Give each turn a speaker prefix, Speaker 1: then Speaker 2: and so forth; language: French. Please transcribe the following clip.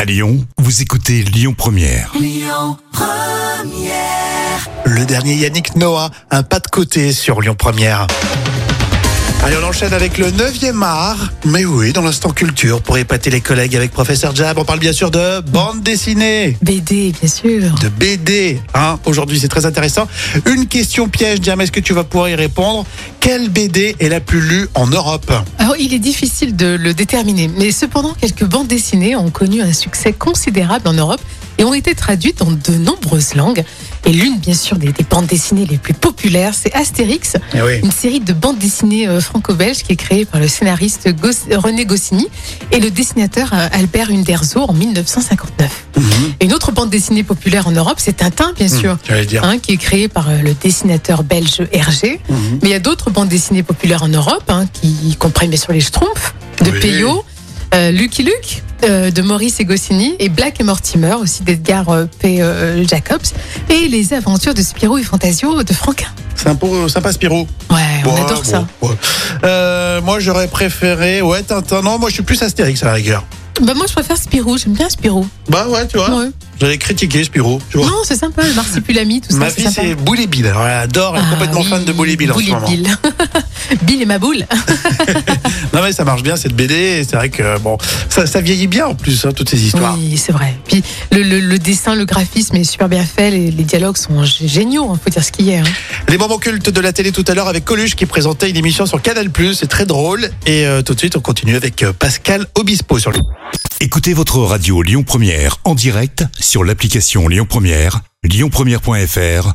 Speaker 1: À Lyon, vous écoutez Lyon Première.
Speaker 2: Le dernier Yannick Noah, un pas de côté sur Lyon Première. Allez, on enchaîne avec le 9e art. Mais oui, dans l'instant culture, pour épater les collègues avec Professeur Jab, on parle bien sûr de bande dessinée,
Speaker 3: BD, bien sûr.
Speaker 2: de BD. Hein. Aujourd'hui, c'est très intéressant. Une question piège, Jam, est-ce que tu vas pouvoir y répondre Quelle BD est la plus lue en Europe
Speaker 3: Alors, il est difficile de le déterminer, mais cependant, quelques bandes dessinées ont connu un succès considérable en Europe et ont été traduites dans de nombreuses langues. Et l'une, bien sûr, des, des bandes dessinées les plus populaires, c'est Astérix,
Speaker 2: Eh oui.
Speaker 3: une série de bandes dessinées euh, franco-belges qui est créée par le scénariste Gos- René Goscinny et le dessinateur euh, Albert Uderzo en 1959.
Speaker 2: Mhm.
Speaker 3: Et une autre bande dessinée populaire en Europe, c'est Tintin, bien sûr.
Speaker 2: J'allais dire.
Speaker 3: hein, qui est créé par euh, le dessinateur belge Hergé.
Speaker 2: Mhm.
Speaker 3: Mais il y a d'autres bandes dessinées populaires en Europe, hein, qui comprennent bien sûr les Schtroumpfs de
Speaker 2: Oui.
Speaker 3: Peyo, euh, Lucky Luke euh, de Maurice et Goscinny et Black et Mortimer aussi d'Edgar euh, P. euh, Jacobs et les aventures de Spirou et Fantasio de Franquin.
Speaker 2: Sympa, euh, sympa Spirou.
Speaker 3: Ouais, on
Speaker 2: Ouais,
Speaker 3: adore
Speaker 2: bon,
Speaker 3: ça.
Speaker 2: ouais. Euh, moi, j'aurais préféré. Ouais, Tintin. Non, moi, je suis plus Astérix à la rigueur.
Speaker 3: Bah moi je préfère Spirou, j'aime bien Spirou.
Speaker 2: Bah ouais, tu vois.
Speaker 3: Ouais.
Speaker 2: J'avais critiqué Spirou. Tu vois.
Speaker 3: Non, c'est sympa, le Marsipulami, tout ça.
Speaker 2: Ma fille,
Speaker 3: sympa.
Speaker 2: c'est Boule et Bill. Alors, elle adore, elle est
Speaker 3: Ah
Speaker 2: complètement
Speaker 3: oui,
Speaker 2: fan de Boule et Bill en
Speaker 3: Boule
Speaker 2: ce moment.
Speaker 3: Bill. Bill et ma boule.
Speaker 2: Non, mais ça marche bien cette BD. et C'est vrai que bon, ça, ça vieillit bien en plus, hein, toutes ces histoires.
Speaker 3: Oui, c'est vrai. Puis le, le- le dessin, le graphisme est super bien fait. Les, les dialogues sont gé- géniaux, il faut dire ce qu'il y a. hein.
Speaker 2: Les moments cultes de la télé tout à l'heure avec Coluche qui présentait une émission sur Canal. C'est très drôle. Et euh, tout de suite, on continue avec euh, Pascal Obispo sur le.
Speaker 1: Écoutez votre radio Lyon Première en direct sur l'application Lyon Première, lyonpremière.fr